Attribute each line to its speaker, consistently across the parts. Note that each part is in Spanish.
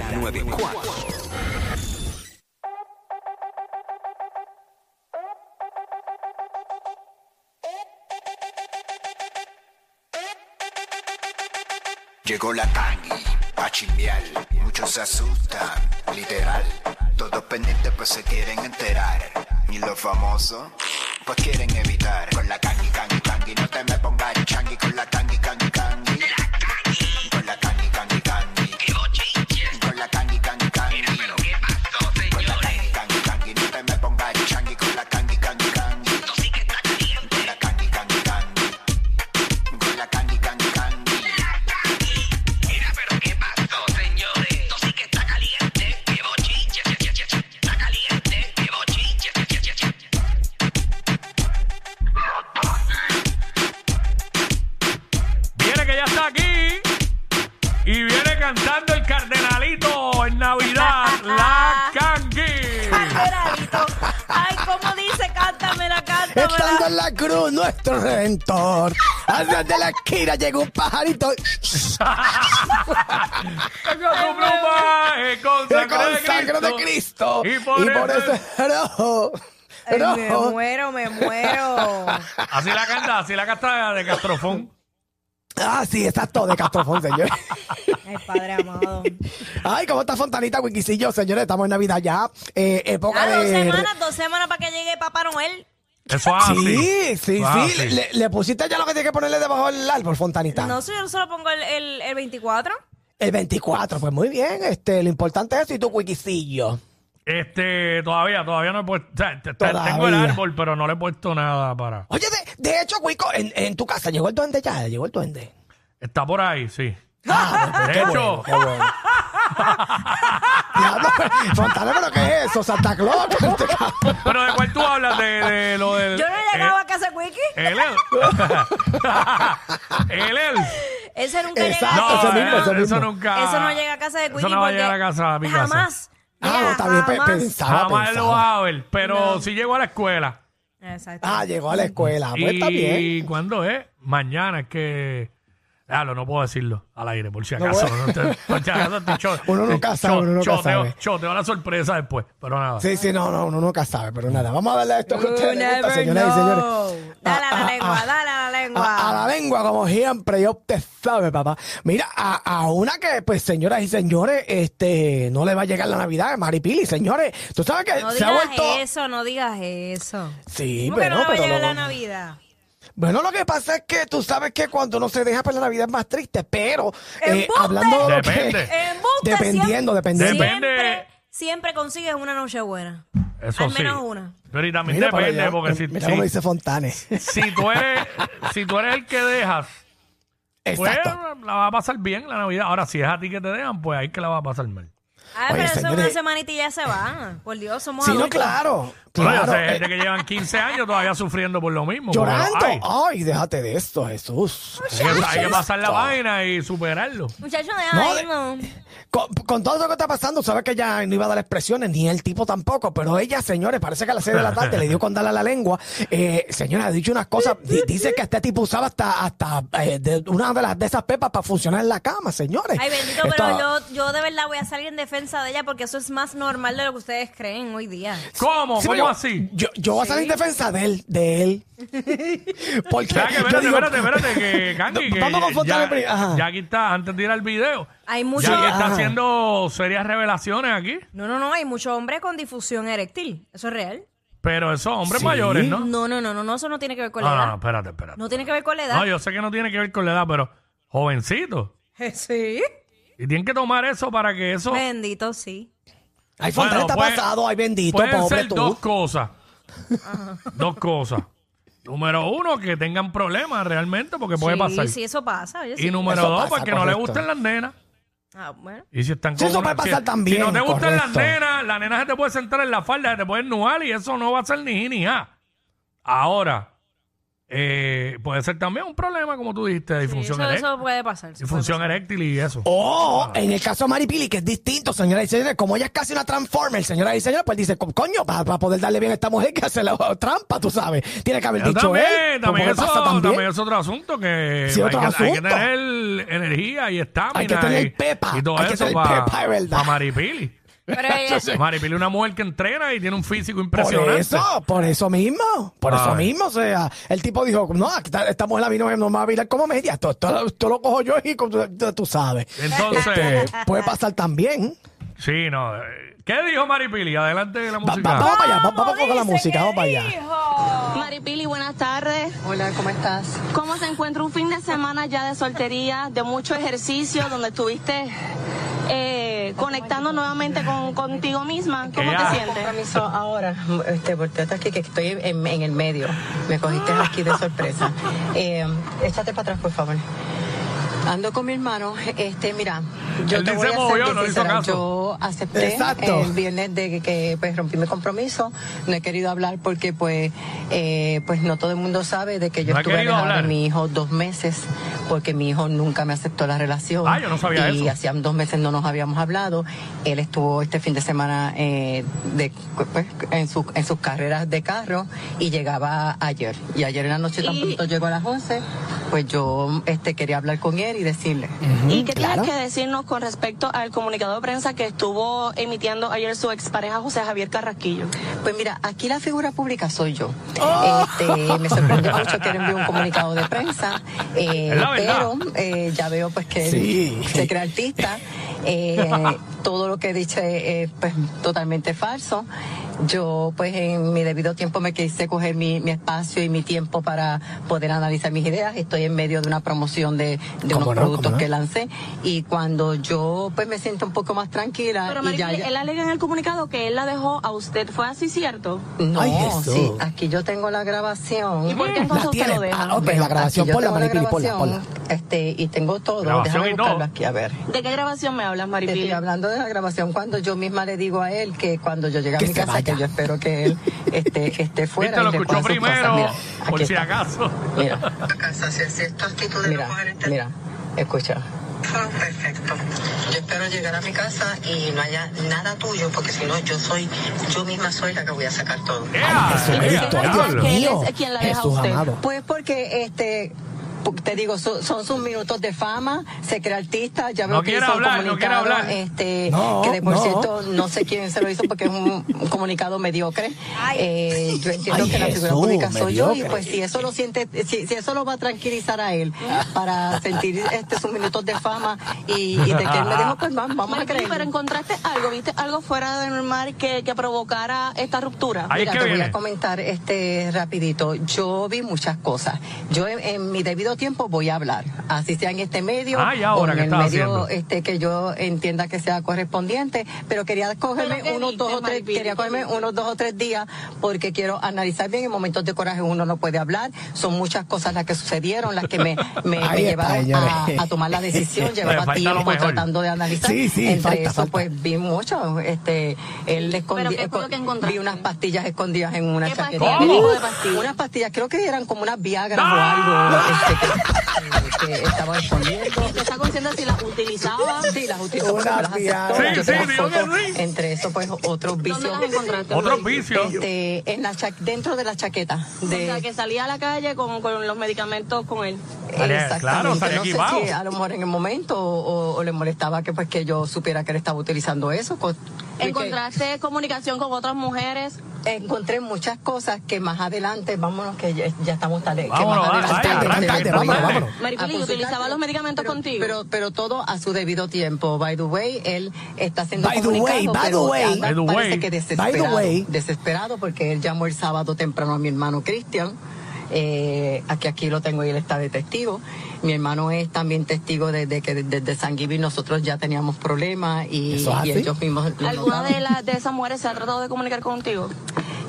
Speaker 1: 94.
Speaker 2: Llegó la tangi, pa' chimbiar, muchos se asustan, literal. Todos pendientes pues se quieren enterar, y los famosos pues quieren evitar. Con la tangi, tangi, tangi, no te me pongas changi, con la tangi, tangi, tangi. Con la tangi, tangi, tangi. Con la tangi, tangi, tangi. Con la tangi, tangi, tangi, no te me pongas changi, con la tangi, tangi, tangi. Con la tangi, tangi, tangi. Con la tangi, tangi, tangi.
Speaker 1: Mira, pero qué pasó, señores. Esto sí que está caliente, qué bochinche, che, che, che, che. Está caliente, qué bochinche, che, che, che, che.
Speaker 3: Viene que ya está aquí. Y viene cantando el cardenalito en Navidad, la Cangui.
Speaker 4: Cardenalito. Ay, ¿cómo dice? Cántamela,
Speaker 5: Estando
Speaker 4: cántamela.
Speaker 5: en la cruz, nuestro redentor. Atrás de la esquina llegó un pajarito.
Speaker 3: Tengo su plumaje con
Speaker 5: Se
Speaker 3: sangre de
Speaker 5: consagró de Cristo.
Speaker 3: Y por eso-
Speaker 5: eso es rojo.
Speaker 4: Ay, me
Speaker 5: Rojo.
Speaker 4: muero, me muero.
Speaker 3: Así la canta, así la canta de Castrofón.
Speaker 5: Ah, sí, exacto, de Castrofón, señor.
Speaker 4: Ay, padre amado.
Speaker 5: Ay, ¿cómo está Fontanita Wiquisillo, señores? Estamos en Navidad ya. Eh, época
Speaker 4: Ah, dos
Speaker 5: de.
Speaker 4: semanas, dos semanas para que llegue Papá Noel.
Speaker 3: Eso es así.
Speaker 5: Sí, sí,
Speaker 3: Ah,
Speaker 5: sí.
Speaker 3: sí.
Speaker 5: Le, le pusiste ya lo que tiene que ponerle debajo del árbol, Fontanita.
Speaker 4: No sé, yo solo pongo el, el, el 24.
Speaker 5: El 24, pues muy bien. Este, lo importante es eso y tu Wiquisillo.
Speaker 3: Este, todavía, todavía no he puesto. o sea, te- te-
Speaker 5: Todavía.
Speaker 3: tengo el árbol, pero no le he puesto nada para.
Speaker 5: Oye, de, de hecho, Wico, en, en tu casa llegó el duende ya, llegó el duende.
Speaker 3: Está por ahí, sí.
Speaker 5: Ah, pues,
Speaker 3: De
Speaker 5: qué
Speaker 3: hecho.
Speaker 5: bueno, qué bueno. Diablo, Fontana, pero ¿qué es eso? Santa Claus. este
Speaker 3: Pero de cuál tú hablas de, de lo del.
Speaker 4: Yo no he llegado
Speaker 3: Eh.
Speaker 4: a casa Wiki.
Speaker 3: El el. El el.
Speaker 4: Ese nunca llega
Speaker 5: Exacto,
Speaker 4: a
Speaker 5: ese
Speaker 4: casa.
Speaker 5: Ah, mismo, ese mismo.
Speaker 3: eh, nunca.
Speaker 4: Eso no llega a casa de Wiki.
Speaker 3: Eso no va a
Speaker 4: porque
Speaker 3: llegar a casa, a mi casa.
Speaker 4: Jamás.
Speaker 5: Ah,
Speaker 4: Mira,
Speaker 5: no, está bien, pe-
Speaker 4: jamás.
Speaker 5: pensaba,
Speaker 3: Jamás lo
Speaker 5: pensaba.
Speaker 3: va a ver, pero si llegó a la escuela.
Speaker 4: Exacto.
Speaker 5: Ah, llegó a la escuela. Pues
Speaker 3: y
Speaker 5: está bien.
Speaker 3: cuándo es? Mañana es que. Claro, no puedo decirlo al aire, por si acaso.
Speaker 5: puedo.
Speaker 3: no te- por si acaso te cho-
Speaker 5: Uno nunca
Speaker 3: te
Speaker 5: sabe,
Speaker 3: cho-
Speaker 5: uno nunca
Speaker 3: choteo-
Speaker 5: sabe.
Speaker 3: choteo la sorpresa después, pero nada.
Speaker 5: Sí, sí, no, no, uno nunca sabe, pero nada. Vamos a darle a esto que a ustedes les gusta,
Speaker 4: never
Speaker 5: señoras y
Speaker 4: know.
Speaker 5: señores.
Speaker 4: Dale a
Speaker 5: Ah,
Speaker 4: la
Speaker 5: ah,
Speaker 4: lengua,
Speaker 5: ah.
Speaker 4: dale a la
Speaker 5: A, a
Speaker 4: lengua.
Speaker 5: la lengua, como siempre, yo te sabe, papá. Mira, a, a una que, pues, señoras y señores, este, no le va a llegar la Navidad, Maripili, señores. Tú sabes que
Speaker 4: No
Speaker 5: se ha
Speaker 4: digas
Speaker 5: vuelto.
Speaker 4: eso, no digas eso.
Speaker 5: Sí,
Speaker 4: ¿Cómo que
Speaker 5: pero,
Speaker 4: no le va a
Speaker 5: pero
Speaker 4: llegar
Speaker 5: lo-
Speaker 4: la Navidad?
Speaker 5: Bueno, lo que pasa es que tú sabes que cuando uno se deja para la Navidad es más triste, pero eh,
Speaker 4: ¡Embuste!
Speaker 5: hablando de lo que-
Speaker 3: Depende.
Speaker 4: Embuste,
Speaker 5: dependiendo,
Speaker 4: siempre-
Speaker 5: dependiendo.
Speaker 3: Depende.
Speaker 4: Siempre, siempre consigues una noche buena.
Speaker 3: Eso
Speaker 4: Al
Speaker 3: sí.
Speaker 4: menos una.
Speaker 3: Pero y también
Speaker 5: Mira para
Speaker 3: depende,
Speaker 5: allá, Em,
Speaker 3: porque si,
Speaker 5: mira
Speaker 3: si-
Speaker 5: cómo dice Fontanes.
Speaker 3: si tú eres, si tú eres el que dejas, pues
Speaker 5: Exacto.
Speaker 3: la va a pasar bien la Navidad. Ahora, si es a ti que te dejan, pues ahí es que la va a pasar mal.
Speaker 4: Ay,
Speaker 5: Oye,
Speaker 4: pero eso es
Speaker 5: señores.
Speaker 4: una semanita y ya se va. Por Dios, somos
Speaker 5: Sí, no,
Speaker 4: adultos.
Speaker 5: claro.
Speaker 3: Bueno, yo
Speaker 5: claro
Speaker 3: sé
Speaker 5: eh,
Speaker 3: gente que llevan 15 años todavía sufriendo por lo mismo. porque lo
Speaker 5: llorando.
Speaker 3: hay.
Speaker 5: Ay. déjate de esto, Jesús.
Speaker 3: Hay que- hay que pasar la
Speaker 5: Esto.
Speaker 3: vaina y superarlo.
Speaker 4: Muchachos,
Speaker 5: No,
Speaker 4: déjame
Speaker 5: de-
Speaker 4: irnos.
Speaker 5: Con, con todo lo que está pasando, sabes que ella no iba a dar expresiones, ni el tipo tampoco, pero ella, señores, parece que a las 6 de la tarde le dio con darle a la lengua. Eh, señora, ha dicho unas cosas, di- dice que este tipo usaba hasta, hasta eh, de- una de, las, de esas pepas para funcionar en la cama, señores.
Speaker 4: Ay, bendito,
Speaker 5: Esto-
Speaker 4: pero yo, yo de verdad voy a salir en defensa de ella porque eso es más normal de lo que ustedes creen hoy día.
Speaker 3: ¿Cómo?
Speaker 5: Sí,
Speaker 3: ¿Cómo
Speaker 5: yo-
Speaker 3: así?
Speaker 5: Yo, yo voy a salir en defensa de él. De él. Porque
Speaker 3: Ya que
Speaker 5: yo
Speaker 3: espérate,
Speaker 5: digo-
Speaker 3: espérate, espérate, que Kanki,
Speaker 5: No,
Speaker 3: que
Speaker 5: vamos con Fontana
Speaker 3: ya,
Speaker 5: primero. Ajá.
Speaker 3: ya aquí está, antes de ir al video.
Speaker 4: Hay
Speaker 3: Ya
Speaker 4: mucho...
Speaker 3: que está
Speaker 5: Ajá.
Speaker 3: haciendo serias revelaciones aquí.
Speaker 4: No, no, no, hay mucho hombre con difusión eréctil. ¿Eso es real?
Speaker 3: Pero esos hombres
Speaker 5: Sí.
Speaker 3: mayores, ¿no?
Speaker 4: No, no, no, no, no, eso no tiene que ver con la
Speaker 3: No, no,
Speaker 4: edad.
Speaker 3: no, espérate, espérate.
Speaker 4: No tiene que ver con la edad.
Speaker 3: No, yo sé que no tiene que ver con la edad, pero jovencito.
Speaker 4: Sí.
Speaker 3: Y tienen que tomar eso para que eso...
Speaker 4: Bendito, sí.
Speaker 5: Ay,
Speaker 3: Bueno,
Speaker 5: Fontana está
Speaker 3: puede-
Speaker 5: pasado. Ay, bendito,
Speaker 3: Pueden
Speaker 5: pobre
Speaker 3: ser
Speaker 5: tú.
Speaker 3: dos cosas. dos cosas. Número uno, que tengan problemas realmente, porque puede
Speaker 4: sí,
Speaker 3: pasar.
Speaker 4: sí, eso pasa. oye,
Speaker 3: Y
Speaker 4: sí.
Speaker 3: número
Speaker 5: Eso
Speaker 3: dos,
Speaker 5: pasa,
Speaker 3: porque no le
Speaker 5: correcto.
Speaker 3: gustan las nenas.
Speaker 4: Ah, bueno.
Speaker 3: Y si están
Speaker 5: Sí,
Speaker 3: con
Speaker 5: eso
Speaker 3: una-
Speaker 5: puede
Speaker 3: si-
Speaker 5: pasar también,
Speaker 3: Si no te gustan las
Speaker 5: correcto.
Speaker 3: nenas, la nena se te puede sentar en la falda, se te puede ennuar y eso no va a ser ni ji ni ja. Ahora, eh, puede ser también un problema, como tú dijiste, de
Speaker 4: Sí,
Speaker 3: disfunción
Speaker 4: eso,
Speaker 3: eréctil.
Speaker 4: eso puede pasar. eso puede
Speaker 3: Disfunción eréctil y eso.
Speaker 5: O en el caso de Maripili, que es distinto, señora y señores, como ella es casi una transformer, señora y señores, pues dice, co- coño, para, poder darle bien a esta mujer que hace la trampa, tú sabes. Tiene que haber
Speaker 3: Pero
Speaker 5: dicho
Speaker 3: también,
Speaker 5: él. pues,
Speaker 3: también
Speaker 5: porque
Speaker 3: eso,
Speaker 5: pasa también.
Speaker 3: también es otro asunto que,
Speaker 5: Sí,
Speaker 3: hay,
Speaker 5: otro
Speaker 3: que hay que
Speaker 5: asunto.
Speaker 3: tener energía y estamina.
Speaker 5: Hay que tener
Speaker 3: y-
Speaker 5: pepa,
Speaker 3: Y todo
Speaker 5: hay que
Speaker 3: eso
Speaker 5: tener
Speaker 3: para
Speaker 5: pepa de verdad.
Speaker 3: Maripili.
Speaker 4: pasar. Pero ella-
Speaker 3: Maripili es una mujer que entrena y tiene un físico
Speaker 5: Por
Speaker 3: impresionante.
Speaker 5: eso, por eso mismo, por eso
Speaker 3: Ay.
Speaker 5: mismo, o sea, el tipo dijo, no, esta, esta mujer a mí no, me- no me va a virar como media, esto, esto- esto lo cojo yo y como tú, tú sabes.
Speaker 3: Entonces-
Speaker 5: Este, puede pasar también.
Speaker 3: Sí, no. eh, ¿Qué dijo Maripili? Adelante de la
Speaker 5: Va-
Speaker 3: música.
Speaker 5: va- vamos para allá, va- vamos
Speaker 4: ¿Cómo
Speaker 5: con la
Speaker 4: dice
Speaker 5: música,
Speaker 4: que
Speaker 5: vamos para allá.
Speaker 4: dijo?
Speaker 6: Maripili, buenas tardes.
Speaker 7: Hola, ¿cómo estás?
Speaker 6: ¿Cómo se encuentra un fin de semana ya de soltería, de mucho ejercicio, donde estuviste eh, conectando nuevamente con, contigo misma? ¿Cómo
Speaker 3: ya.
Speaker 6: te sientes?
Speaker 7: Compromiso ahora, este, volteate aquí que estoy en, en el medio. Me cogiste aquí de sorpresa. Eh, échate para atrás, por favor. Ando con mi hermano, este, mira, yo
Speaker 3: Él
Speaker 7: te
Speaker 3: ni
Speaker 7: voy
Speaker 3: se
Speaker 7: a
Speaker 3: movió,
Speaker 7: ser
Speaker 3: no
Speaker 7: bien
Speaker 3: hizo
Speaker 7: sincera,
Speaker 3: caso.
Speaker 7: yo acepté
Speaker 5: Exacto.
Speaker 7: el viernes de que, que, pues rompí mi compromiso, no he querido hablar porque pues eh, pues no todo el mundo sabe de que yo
Speaker 3: No ha
Speaker 7: estuve
Speaker 3: querido
Speaker 7: alejada
Speaker 3: hablar.
Speaker 7: de mi hijo dos meses porque mi hijo nunca me aceptó la relación
Speaker 3: Ah, yo no sabía
Speaker 7: y
Speaker 3: eso.
Speaker 7: hacían dos meses no nos habíamos hablado. Él estuvo este fin de semana eh, de, pues, en, su- en sus carreras de carro y llegaba ayer. Y ayer en la noche tan
Speaker 6: Y-
Speaker 7: pronto llegó a las 11, pues yo este, quería hablar con él y decirle.
Speaker 6: ¿Y qué
Speaker 5: claro.
Speaker 6: tienes que decirnos con respecto al comunicado de prensa que estuvo emitiendo ayer su expareja José Javier Carrasquillo?
Speaker 7: Pues mira, aquí la figura pública soy yo. Este, me sorprendió mucho que él envió un comunicado de prensa, eh,
Speaker 3: Es la verdad.
Speaker 7: pero eh, ya veo pues que
Speaker 5: Sí.
Speaker 7: él se cree artista. Eh, todo lo que dice es pues, totalmente falso. Yo pues en mi debido tiempo me quise coger mi, mi espacio y mi tiempo para poder analizar mis ideas. Estoy en medio de una promoción de, de
Speaker 5: ¿Cómo
Speaker 7: unos
Speaker 5: no?
Speaker 7: productos
Speaker 5: ¿Cómo no?
Speaker 7: que lancé y cuando yo pues me siento un poco más tranquila
Speaker 6: Pero
Speaker 7: Ah, y ya-
Speaker 6: Maripili, él alega en el comunicado que él la dejó a usted. ¿Fue así cierto?
Speaker 7: No,
Speaker 5: Ay, Jesús.
Speaker 7: sí, aquí yo tengo la grabación.
Speaker 6: ¿Y por qué
Speaker 5: La
Speaker 6: entonces usted
Speaker 5: tiene,
Speaker 6: lo deja?
Speaker 5: ah, ok, la grabación,
Speaker 7: Aquí yo
Speaker 5: ponla,
Speaker 7: tengo la
Speaker 5: Maripili, ponla,
Speaker 7: grabación,
Speaker 5: ponla.
Speaker 7: Este, y tengo todo,
Speaker 3: Grabación
Speaker 7: déjame
Speaker 3: y todo.
Speaker 7: buscarlo aquí, a ver.
Speaker 6: ¿De qué grabación me hablas,
Speaker 7: Te estoy
Speaker 6: Maripili?
Speaker 7: hablando de la grabación cuando yo misma le digo a él que cuando yo llegue a
Speaker 5: Que
Speaker 7: mi
Speaker 5: se
Speaker 7: casa,
Speaker 5: vaya.
Speaker 7: que yo espero que él esté, esté fuera.
Speaker 3: Viste, lo
Speaker 7: y le
Speaker 3: escuchó
Speaker 7: coja sus
Speaker 3: primero,
Speaker 7: cosas. Mira,
Speaker 3: por
Speaker 7: aquí
Speaker 3: si
Speaker 7: está.
Speaker 3: acaso.
Speaker 7: Mira,
Speaker 8: casa, si así es tu actitud de
Speaker 7: mira,
Speaker 8: no coger este
Speaker 7: mira, escucha.
Speaker 8: teléfono, perfecto.
Speaker 7: Yo espero llegar a mi casa y no haya nada tuyo, porque si no, yo soy, yo misma soy la que voy a sacar todo.
Speaker 3: ¡Ea!
Speaker 5: Jesucristo,
Speaker 3: ¡Ea!
Speaker 5: ay, Dios
Speaker 6: Diablo.
Speaker 5: mío.
Speaker 6: ¿Quién es quien la deja a
Speaker 5: Jesús
Speaker 6: usted?
Speaker 5: amado.
Speaker 7: Pues porque este pu- te digo, so- son sus minutos de fama, se cree artista, ya veo
Speaker 3: No
Speaker 7: que
Speaker 3: quiere
Speaker 7: hizo un
Speaker 3: hablar, no quiere
Speaker 7: comunicado,
Speaker 3: hablar.
Speaker 7: Este,
Speaker 5: No,
Speaker 7: que de por
Speaker 5: no.
Speaker 7: cierto no sé quién se lo hizo porque es un, un comunicado mediocre.
Speaker 4: Ay.
Speaker 7: Eh, yo entiendo
Speaker 5: Ay,
Speaker 7: que la figura
Speaker 5: Jesús,
Speaker 7: pública soy yo y
Speaker 5: mediocre.
Speaker 7: pues si eso lo siente, si, si eso lo va a tranquilizar a él para sentir este sus minutos de fama y, y de que él me dejó, pues vamos, vamos a
Speaker 6: Maripili,
Speaker 7: creer.
Speaker 6: pero encontraste algo, viste algo fuera de normal que, que provocara esta ruptura.
Speaker 3: Ahí es
Speaker 7: Mira,
Speaker 3: que
Speaker 7: te voy
Speaker 3: viene.
Speaker 7: a comentar este rapidito. Yo vi muchas cosas. Yo en, en mi debido tiempo voy a hablar, así sea en este medio
Speaker 3: Ah, ya ahora,
Speaker 7: o en
Speaker 3: ¿qué
Speaker 7: el
Speaker 3: estás
Speaker 7: medio
Speaker 3: haciendo?
Speaker 7: este que yo entienda que sea correspondiente, pero quería cogerme
Speaker 6: ¿Pero qué
Speaker 7: unos dos
Speaker 6: viste,
Speaker 7: o tres,
Speaker 6: Maripili?
Speaker 7: quería
Speaker 6: ¿Qué
Speaker 7: cogerme
Speaker 6: viste?
Speaker 7: unos dos o tres días porque quiero analizar bien. En momentos de coraje uno no puede hablar. Son muchas cosas las que sucedieron, las que me, me, me
Speaker 5: Ahí está,
Speaker 7: llevaron a,
Speaker 5: señores.
Speaker 7: a tomar la decisión.
Speaker 3: Le
Speaker 7: Llevaba
Speaker 3: falta lo
Speaker 7: tiempo
Speaker 3: mejor.
Speaker 7: tratando de analizar.
Speaker 5: Sí, sí,
Speaker 7: Entre
Speaker 5: falta,
Speaker 7: eso
Speaker 5: falta.
Speaker 7: pues vi mucho. Este, él le
Speaker 6: ¿Pero
Speaker 7: escondi-
Speaker 6: qué fue lo que
Speaker 7: escon- vi
Speaker 6: encontraste?
Speaker 7: unas pastillas escondidas en una
Speaker 6: ¿Qué
Speaker 7: chaquería.
Speaker 6: pastillas? ¿Qué tipo de
Speaker 7: Uh,
Speaker 6: pastillas?
Speaker 7: Unas pastillas, creo que eran como unas Viagra
Speaker 3: ¡Ah!
Speaker 7: o algo este, que, que estaban escondiendo.
Speaker 6: ¿Usted está consciente si la utilizaba?
Speaker 7: Ah, Sí, las utilizó porque
Speaker 5: Unas
Speaker 7: me las aceptó.
Speaker 5: Viagra.
Speaker 7: Yo
Speaker 3: Sí, sí,
Speaker 7: tengo
Speaker 3: digo que
Speaker 7: fotos.
Speaker 3: sí.
Speaker 7: Entre eso, pues, otros
Speaker 6: ¿Dónde
Speaker 7: vicios.
Speaker 6: las encontraste?
Speaker 3: Otros vicios.
Speaker 7: Este, en la cha- dentro de la chaqueta.
Speaker 6: O
Speaker 7: De,
Speaker 6: sea, que salía a la calle con, con los medicamentos con él.
Speaker 3: Salía- claro, salía
Speaker 7: no sé
Speaker 3: equipado.
Speaker 7: si a lo mejor en el momento o, o- o le molestaba que pues que yo supiera que él estaba utilizando eso. co- que-
Speaker 6: ¿Encontraste comunicación con otras mujeres?
Speaker 7: encontré muchas cosas que más adelante, vámonos que ya, ya estamos tarde. que más
Speaker 3: Vámonos,
Speaker 7: adelante-
Speaker 3: vaya,
Speaker 7: tarde,
Speaker 5: arranca,
Speaker 7: tarde,
Speaker 5: vámonos,
Speaker 7: tarde.
Speaker 5: vámonos.
Speaker 6: Maripili,
Speaker 7: A consultar,
Speaker 6: ¿utilizaba los medicamentos
Speaker 7: pero-
Speaker 6: contigo?
Speaker 7: Pero, pero todo a su debido tiempo. By the way, él está haciendo
Speaker 5: By the way, by the way.
Speaker 3: By the way.
Speaker 7: parece que desesperado.
Speaker 5: By the way.
Speaker 7: Desesperado porque él llamó el sábado temprano a mi hermano Cristian. eh, aquí aquí lo tengo y él está de testigo. Mi hermano es también testigo de, de que desde San Giving nosotros ya teníamos problemas y,
Speaker 5: ¿Eso es
Speaker 7: y
Speaker 5: así?
Speaker 7: ellos mismos lo
Speaker 6: ¿Alguna
Speaker 7: notaron.
Speaker 6: de, las de esas mujeres se ha tratado de comunicar contigo?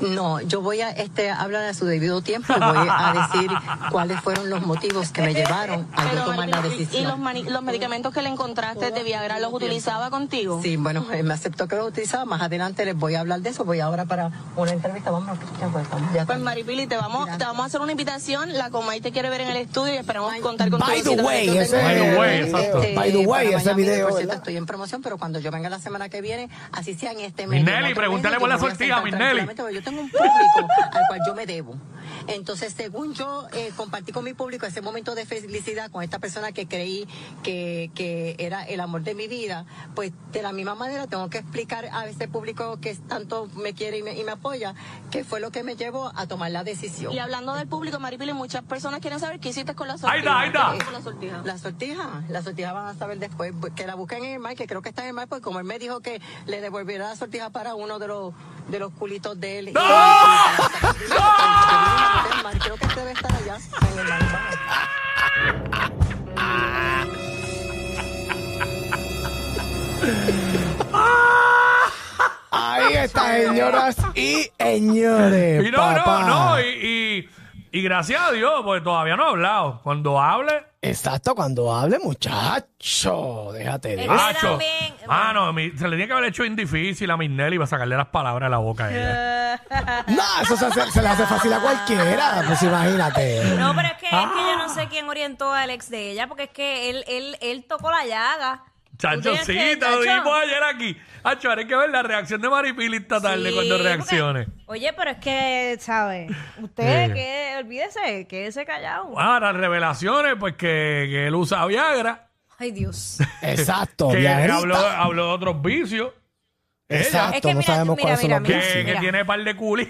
Speaker 7: No, yo voy a este, hablar a su debido tiempo y voy a decir cuáles fueron los motivos que me llevaron a yo
Speaker 6: Pero,
Speaker 7: tomar la
Speaker 6: y-
Speaker 7: decisión.
Speaker 6: ¿Y los, mani- los medicamentos que le encontraste de Viagra los utilizaba contigo?
Speaker 7: Sí, bueno, eh, me aceptó que lo utilizaba. Más adelante les voy a hablar de eso. Voy ahora para una entrevista. Vamos, ya voy, vamos, ya.
Speaker 6: Pues Maripili, te vamos, te vamos a hacer una invitación, la Comay te quiere ver en el estudio y esperamos contar con
Speaker 5: By the
Speaker 6: tu visita.
Speaker 5: way,
Speaker 6: Yo
Speaker 5: ese-
Speaker 6: tengo-
Speaker 3: By the way, exacto.
Speaker 7: Este,
Speaker 5: By the way,
Speaker 7: para
Speaker 5: ese
Speaker 7: Miami,
Speaker 5: video,
Speaker 7: Por cierto,
Speaker 5: ¿verdad?
Speaker 7: estoy en promoción, pero cuando yo venga la semana que viene, así sea en este
Speaker 3: Miss
Speaker 7: mes.
Speaker 3: Nelly,
Speaker 7: en otro
Speaker 3: pregúntale
Speaker 7: mes, yo
Speaker 3: por la
Speaker 7: me voy a
Speaker 3: sortija,
Speaker 7: sentar
Speaker 3: Miss Nelly.
Speaker 7: tranquilamente, porque Yo tengo un público al cual yo me debo. Entonces, según yo eh, compartí con mi público ese momento de felicidad con esta persona que creí que, que era el amor de mi vida, pues de la misma manera tengo que explicar a ese público que tanto me quiere y me, y me apoya, que fue lo que me llevó a tomar la decisión.
Speaker 6: Y hablando del público, Maripili, muchas personas quieren saber qué hiciste con la sortija.
Speaker 3: Ahí está, ahí está.
Speaker 6: ¿Qué hiciste con la sortija?
Speaker 7: La sortija, la sortija van a saber después, que la busquen en el mar, que creo que está en el mar, porque como él me dijo que le devolviera la sortija para uno de los de los culitos de él. Y-
Speaker 3: ¡No!
Speaker 7: Creo que este debe estar allá en el mar.
Speaker 5: Ahí está, señoras y señores.
Speaker 3: Y no,
Speaker 5: papá.
Speaker 3: no, no, y, y, y gracias a Dios, porque todavía no ha hablado. Cuando hable,
Speaker 5: Exacto, cuando hable, muchacho, déjate de
Speaker 4: Eh,
Speaker 5: eso.
Speaker 4: Era
Speaker 3: macho.
Speaker 4: bien-
Speaker 3: Ah, no, mi- se le tiene que haber hecho indifícil a Miss Nelly para sacarle las palabras de la boca a ella.
Speaker 5: No, eso se, hace- se le hace fácil a cualquiera, pues imagínate.
Speaker 4: No, pero es que, es que yo no
Speaker 3: ¡Ah!
Speaker 4: sé quién orientó al ex de ella, porque es que él, él, él tocó la llaga. Tú
Speaker 3: Chacho,
Speaker 4: tienes
Speaker 3: sí,
Speaker 4: que-
Speaker 3: te lo
Speaker 4: chacho.
Speaker 3: dijimos ayer aquí. Chacho, ahora hay que ver la reacción de Maripili esta tarde
Speaker 4: Sí,
Speaker 3: cuando
Speaker 4: porque-
Speaker 3: reaccione.
Speaker 4: oye, pero es que, ¿sabes? Usted,
Speaker 3: Sí.
Speaker 4: que, olvídese, quédese callado.
Speaker 3: Ahora, Ah, revelaciones, pues que, que él usa Viagra,
Speaker 4: Ay, Dios.
Speaker 5: Exacto,
Speaker 3: que
Speaker 5: viagrita.
Speaker 3: habló, habló de otros vicios,
Speaker 5: Exacto,
Speaker 4: Es que
Speaker 5: no
Speaker 4: mira,
Speaker 5: sabemos
Speaker 4: mira,
Speaker 5: cuáles son los
Speaker 4: mira,
Speaker 3: que,
Speaker 4: mira.
Speaker 5: vicios.
Speaker 3: que tiene par de culis.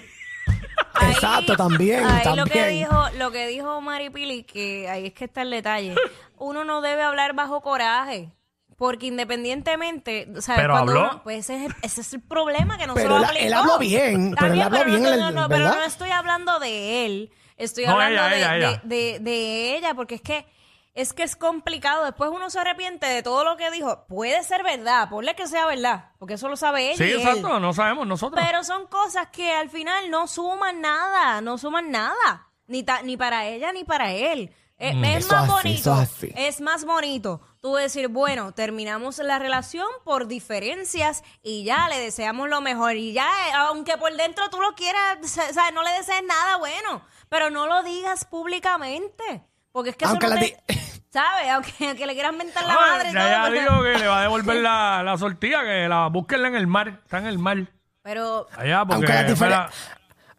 Speaker 4: Ahí-
Speaker 5: Exacto, también,
Speaker 4: Ahí
Speaker 5: también.
Speaker 4: lo que dijo, lo que dijo Mari Pili, que ahí es que está el detalle. Uno no debe hablar bajo coraje. Porque independientemente, o sea,
Speaker 3: Pero
Speaker 4: cuando
Speaker 3: habló.
Speaker 4: uno- pues ese es, el, ese es el problema que no
Speaker 5: Pero
Speaker 4: se
Speaker 5: él-
Speaker 4: lo aplicó.
Speaker 5: él habló bien, pero él habló
Speaker 4: no-
Speaker 5: bien
Speaker 4: No,
Speaker 5: en
Speaker 4: no,
Speaker 5: el-
Speaker 4: no, pero
Speaker 5: ¿verdad?
Speaker 4: no estoy hablando de él. Estoy
Speaker 3: No,
Speaker 4: hablando
Speaker 3: ella,
Speaker 4: de,
Speaker 3: ella, ella.
Speaker 4: De, de- de ella, porque es que es que es complicado. Después uno se arrepiente de todo lo que dijo. Puede ser verdad, ponle que sea verdad, porque eso lo sabe ella.
Speaker 3: Sí,
Speaker 4: y él.
Speaker 3: exacto, no sabemos nosotros.
Speaker 4: Pero son cosas que al final no suman nada, no suman nada, ni, ta- ni para ella ni para él. Eh, es
Speaker 5: Mm. eso
Speaker 4: más
Speaker 5: es así, eso
Speaker 4: bonito,
Speaker 5: es así.
Speaker 4: es más bonito tú decir, bueno, terminamos la relación por diferencias y ya le deseamos lo mejor y ya, eh, aunque por dentro tú lo quieras, o sea, no le desees nada bueno, pero no lo digas públicamente, porque es que
Speaker 5: Aunque
Speaker 4: eso no
Speaker 5: la
Speaker 4: te-
Speaker 5: di-
Speaker 4: ¿sabes? Aunque, aunque le quieras mentar la
Speaker 3: Ah,
Speaker 4: madre y
Speaker 3: ya,
Speaker 4: todo, pues,
Speaker 3: ya
Speaker 4: pero-
Speaker 3: digo que le va a devolver la, la sortija, que la búsquenla en el mar, está en el mar.
Speaker 4: pero
Speaker 3: Allá, porque
Speaker 5: Aunque las, difere-
Speaker 3: mira,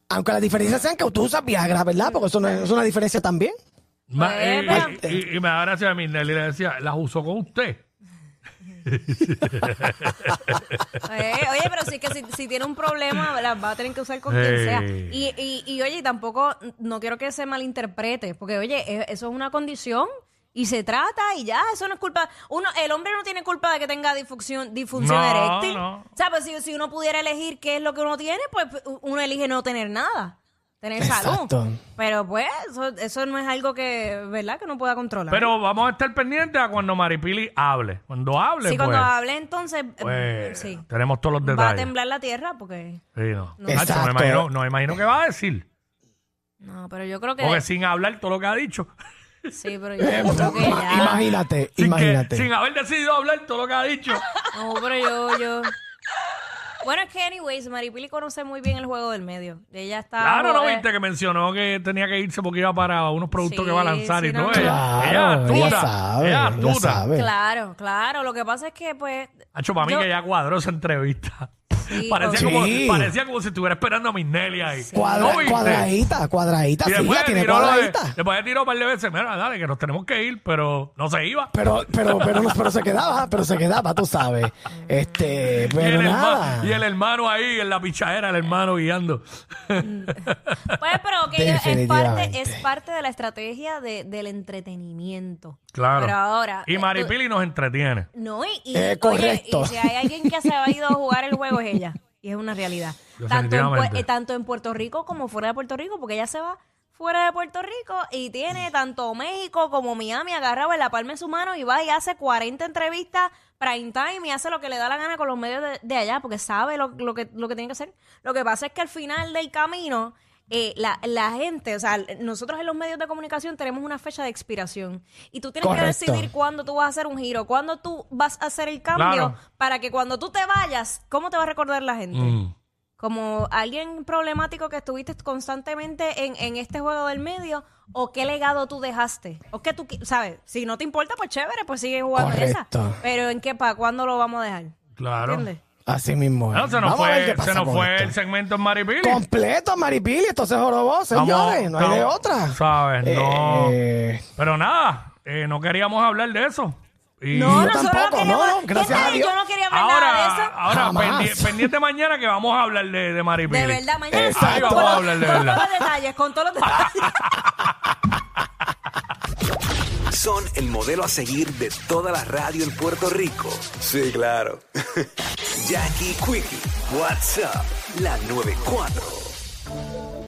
Speaker 5: Aunque las diferencias sean que tú usas Viagra, ¿verdad? Porque eso no es es una diferencia también.
Speaker 3: ma-
Speaker 4: Pues,
Speaker 3: y-
Speaker 4: pero-
Speaker 3: y, y- y me da gracia a mí, Nelly le decía, ¿las usó con usted?
Speaker 4: Eh, oye, pero sí que si, si tiene un problema, las va a tener que usar con quien
Speaker 3: Eh.
Speaker 4: sea. Y, y, y oye, tampoco, no quiero que se malinterprete, porque oye, e- eso es una condición y se trata y ya, eso no es culpa. uno El hombre no tiene culpa de que tenga disfunción, disfunción
Speaker 3: No,
Speaker 4: eréctil.
Speaker 3: no.
Speaker 4: O sea, pues si, si uno pudiera elegir qué es lo que uno tiene, pues uno elige no tener nada, tener
Speaker 5: Exacto.
Speaker 4: salud. Pero pues, eso, eso no es algo que, ¿verdad?, que uno pueda controlar.
Speaker 3: Pero vamos a estar pendientes a cuando Maripili hable. Cuando hable,
Speaker 4: sí,
Speaker 3: pues,
Speaker 4: cuando hable, entonces, eh,
Speaker 3: pues,
Speaker 4: sí.
Speaker 3: tenemos todos los
Speaker 4: va a
Speaker 3: detalles.
Speaker 4: temblar la tierra porque...
Speaker 3: Sí, no.
Speaker 5: No.
Speaker 3: Nacho,
Speaker 5: Exacto.
Speaker 3: me imagino, no me imagino que va a decir.
Speaker 4: No, pero yo creo que...
Speaker 3: Porque sin hablar todo lo que ha dicho.
Speaker 4: Sí, pero yo creo que ya.
Speaker 5: Imagínate,
Speaker 3: Sin, que-
Speaker 5: imagínate.
Speaker 3: sin haber decidido hablar todo lo que ha dicho.
Speaker 4: No, pero yo, yo. Bueno, es que, anyways, Maripili conoce muy bien el juego del medio. Ella está.
Speaker 3: Claro, ¿no
Speaker 4: pues.
Speaker 3: viste que mencionó que tenía que irse porque iba para unos productos
Speaker 4: Sí,
Speaker 3: que va a lanzar
Speaker 4: sí,
Speaker 3: y
Speaker 4: no,
Speaker 3: todo?
Speaker 4: no.
Speaker 3: Ella, ella
Speaker 5: Claro,
Speaker 3: astuta.
Speaker 5: ella sabe,
Speaker 3: ella
Speaker 5: ella
Speaker 3: astuta.
Speaker 5: sabe.
Speaker 4: Claro, claro. Lo que pasa es que, pues.
Speaker 3: Hacho, para mí
Speaker 4: yo-
Speaker 3: que ya cuadró esa entrevista.
Speaker 4: Sí,
Speaker 3: parecía,
Speaker 5: con-
Speaker 3: como,
Speaker 5: Sí.
Speaker 3: parecía como si estuviera esperando a Miss Nelly ahí.
Speaker 5: Cuadra-
Speaker 3: ¿No viste?
Speaker 5: cuadradita, cuadradita,
Speaker 3: Y
Speaker 5: sí,
Speaker 3: después
Speaker 5: ya
Speaker 3: le
Speaker 5: tiene
Speaker 3: tiró, lo de-
Speaker 5: cuadradita.
Speaker 3: después le tiró un par de veces. Mira, dale, que nos tenemos que ir, pero no se iba.
Speaker 5: Pero, pero, pero, no- pero se quedaba, pero se quedaba, tú sabes. Este,
Speaker 3: Y
Speaker 5: pero
Speaker 3: el,
Speaker 5: nada.
Speaker 3: herma- y el hermano ahí en la pichadera, el hermano guiando.
Speaker 4: Mm. Pues, pero que yo- es, parte,
Speaker 5: Definitivamente.
Speaker 4: es parte de la estrategia de- del entretenimiento.
Speaker 3: Claro.
Speaker 4: Pero ahora.
Speaker 3: y
Speaker 4: eh,
Speaker 3: Maripili nos entretiene.
Speaker 4: tú- No, y. y-
Speaker 5: Eh,
Speaker 4: oye,
Speaker 5: correcto.
Speaker 4: y si hay alguien que se ha ido a jugar el juego es ella. Y es una realidad. Tanto en, Pue-
Speaker 3: Definitivamente.
Speaker 4: eh, tanto en Puerto Rico como fuera de Puerto Rico, porque ella se va fuera de Puerto Rico y tiene tanto México como Miami agarrado en la palma de su mano y va y hace 40 entrevistas prime time y hace lo que le da la gana con los medios de, de allá porque sabe lo, lo que, lo que tiene que hacer. Lo que pasa es que al final del camino, eh, la, la gente, o sea, nosotros en los medios de comunicación tenemos una fecha de expiración y tú tienes
Speaker 5: Correcto.
Speaker 4: que decidir cuándo tú vas a hacer un giro, cuándo tú vas a hacer el cambio
Speaker 3: Claro.
Speaker 4: para que cuando tú te vayas, ¿cómo te va a recordar la gente?
Speaker 3: Mm.
Speaker 4: como alguien problemático que estuviste constantemente en, en este juego del medio o qué legado tú dejaste o qué tú qui- sabes si no te importa pues chévere pues sigue jugando en esa
Speaker 5: Correcto.
Speaker 4: pero en qué para cuándo lo vamos a dejar
Speaker 3: Claro.
Speaker 4: ¿entiendes?
Speaker 5: Así mismo. es.
Speaker 3: No, se nos
Speaker 5: Vamos a ver qué
Speaker 3: fue,
Speaker 5: pasa
Speaker 3: se nos
Speaker 5: con
Speaker 3: fue
Speaker 5: esto.
Speaker 3: el segmento en Maripili.
Speaker 5: Completo, Maripili. Esto se jorobó, señores. No hay de otra.
Speaker 3: ¿Sabes? No.
Speaker 5: Eh,
Speaker 3: Pero nada, eh, no queríamos hablar de eso. Y
Speaker 4: no
Speaker 5: yo
Speaker 4: nosotros no
Speaker 5: tampoco,
Speaker 4: queríamos
Speaker 5: no, no, gracias
Speaker 4: ¿Quién
Speaker 5: a
Speaker 4: te-
Speaker 5: Dios.
Speaker 4: yo no quería ver nada de
Speaker 3: ahora,
Speaker 4: eso
Speaker 3: ahora
Speaker 5: Jamás.
Speaker 3: pendi- pendiente mañana que vamos a hablar de, de Maripili.
Speaker 4: de verdad mañana
Speaker 5: Exacto.
Speaker 4: Ahí vamos
Speaker 3: Vamos a
Speaker 4: con,
Speaker 3: hablar de
Speaker 4: con
Speaker 3: verdad.
Speaker 4: todos los detalles con todos los detalles
Speaker 9: Son el modelo a seguir de toda la radio en Puerto Rico. Sí, claro. Jackie Quickie, WhatsApp, la 94.